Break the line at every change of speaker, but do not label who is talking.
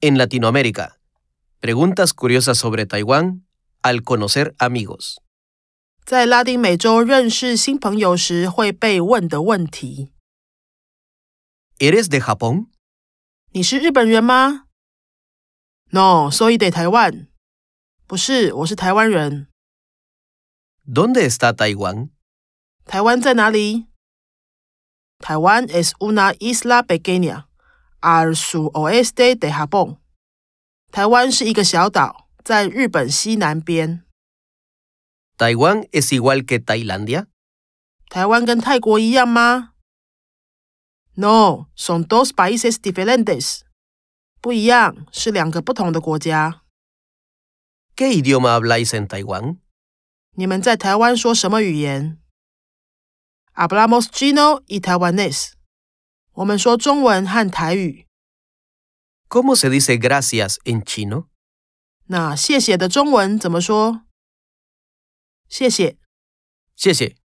En Latinoamérica, preguntas curiosas sobre Taiwán al conocer amigos.
在拉丁美洲认识新朋友时会被问的问题：
¿Eres de Japón?
你是日本人吗？No, soy de Taiwan。不是，我是台湾人。
¿Dónde está Taiwán?
台湾在哪里？台湾 es una isla pequeña al suroeste de Japón。台湾是一个小岛，在日本西南边。
¿Taiwán es igual que Tailandia?
台湾跟泰国一样吗？No, son dos países diferentes。不一样，是两个不同的国家。
¿Qué idioma habláis en Taiwán?
你们在台湾说什么语言？Hablamos chino y taiwanés。我们说中文和台语。
¿Cómo se dice gracias en chino?
那谢谢的中文怎么说？谢谢。
谢谢